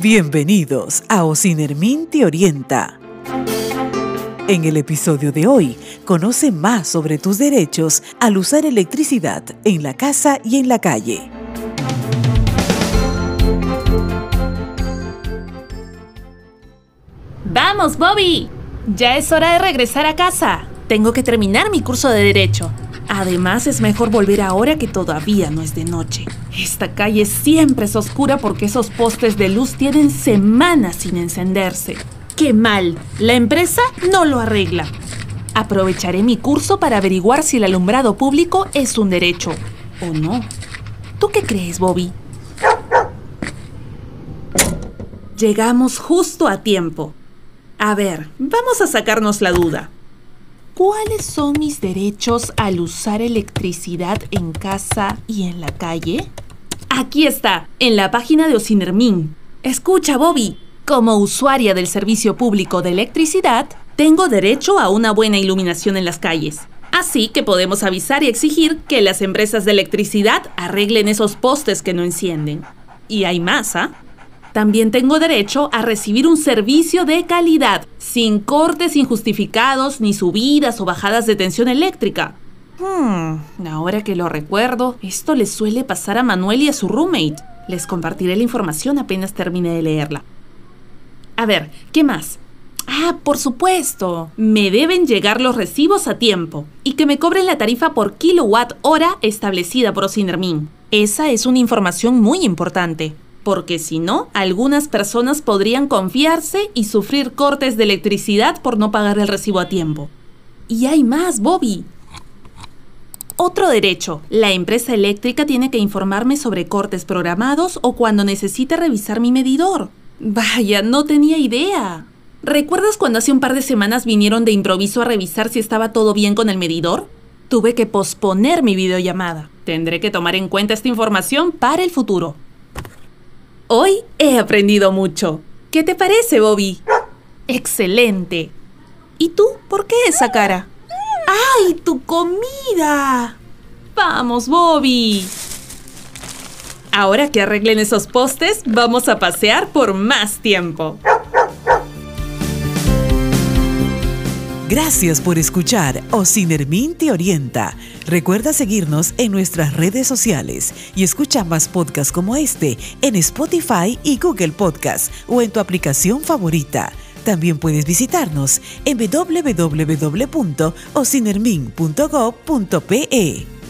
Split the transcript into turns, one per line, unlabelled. Bienvenidos a Ocinermin te orienta. En el episodio de hoy, conoce más sobre tus derechos al usar electricidad en la casa y en la calle.
¡Vamos, Bobby! Ya es hora de regresar a casa. Tengo que terminar mi curso de derecho. Además, es mejor volver ahora que todavía no es de noche. Esta calle siempre es oscura porque esos postes de luz tienen semanas sin encenderse. ¡Qué mal! La empresa no lo arregla. Aprovecharé mi curso para averiguar si el alumbrado público es un derecho o no. ¿Tú qué crees, Bobby? Llegamos justo a tiempo. A ver, vamos a sacarnos la duda. ¿Cuáles son mis derechos al usar electricidad en casa y en la calle? Aquí está, en la página de Ocinermin. Escucha, Bobby. Como usuaria del servicio público de electricidad, tengo derecho a una buena iluminación en las calles. Así que podemos avisar y exigir que las empresas de electricidad arreglen esos postes que no encienden. Y hay más, ¿ah? También tengo derecho a recibir un servicio de calidad, sin cortes injustificados ni subidas o bajadas de tensión eléctrica. Hmm, ahora que lo recuerdo, esto le suele pasar a Manuel y a su roommate. Les compartiré la información apenas termine de leerla. A ver, ¿qué más? Ah, por supuesto. Me deben llegar los recibos a tiempo y que me cobren la tarifa por kilowatt hora establecida por Ocinermin. Esa es una información muy importante porque si no, algunas personas podrían confiarse y sufrir cortes de electricidad por no pagar el recibo a tiempo. Y hay más, Bobby. Otro derecho. La empresa eléctrica tiene que informarme sobre cortes programados o cuando necesite revisar mi medidor. Vaya, no tenía idea. ¿Recuerdas cuando hace un par de semanas vinieron de improviso a revisar si estaba todo bien con el medidor? Tuve que posponer mi videollamada. Tendré que tomar en cuenta esta información para el futuro. Hoy he aprendido mucho. ¿Qué te parece, Bobby? Excelente. ¿Y tú por qué esa cara? ¡Ay, tu comida! Vamos, Bobby. Ahora que arreglen esos postes, vamos a pasear por más tiempo.
Gracias por escuchar Ocinermin te orienta. Recuerda seguirnos en nuestras redes sociales y escucha más podcasts como este en Spotify y Google Podcast o en tu aplicación favorita. También puedes visitarnos en www.ocinermin.gov.pe.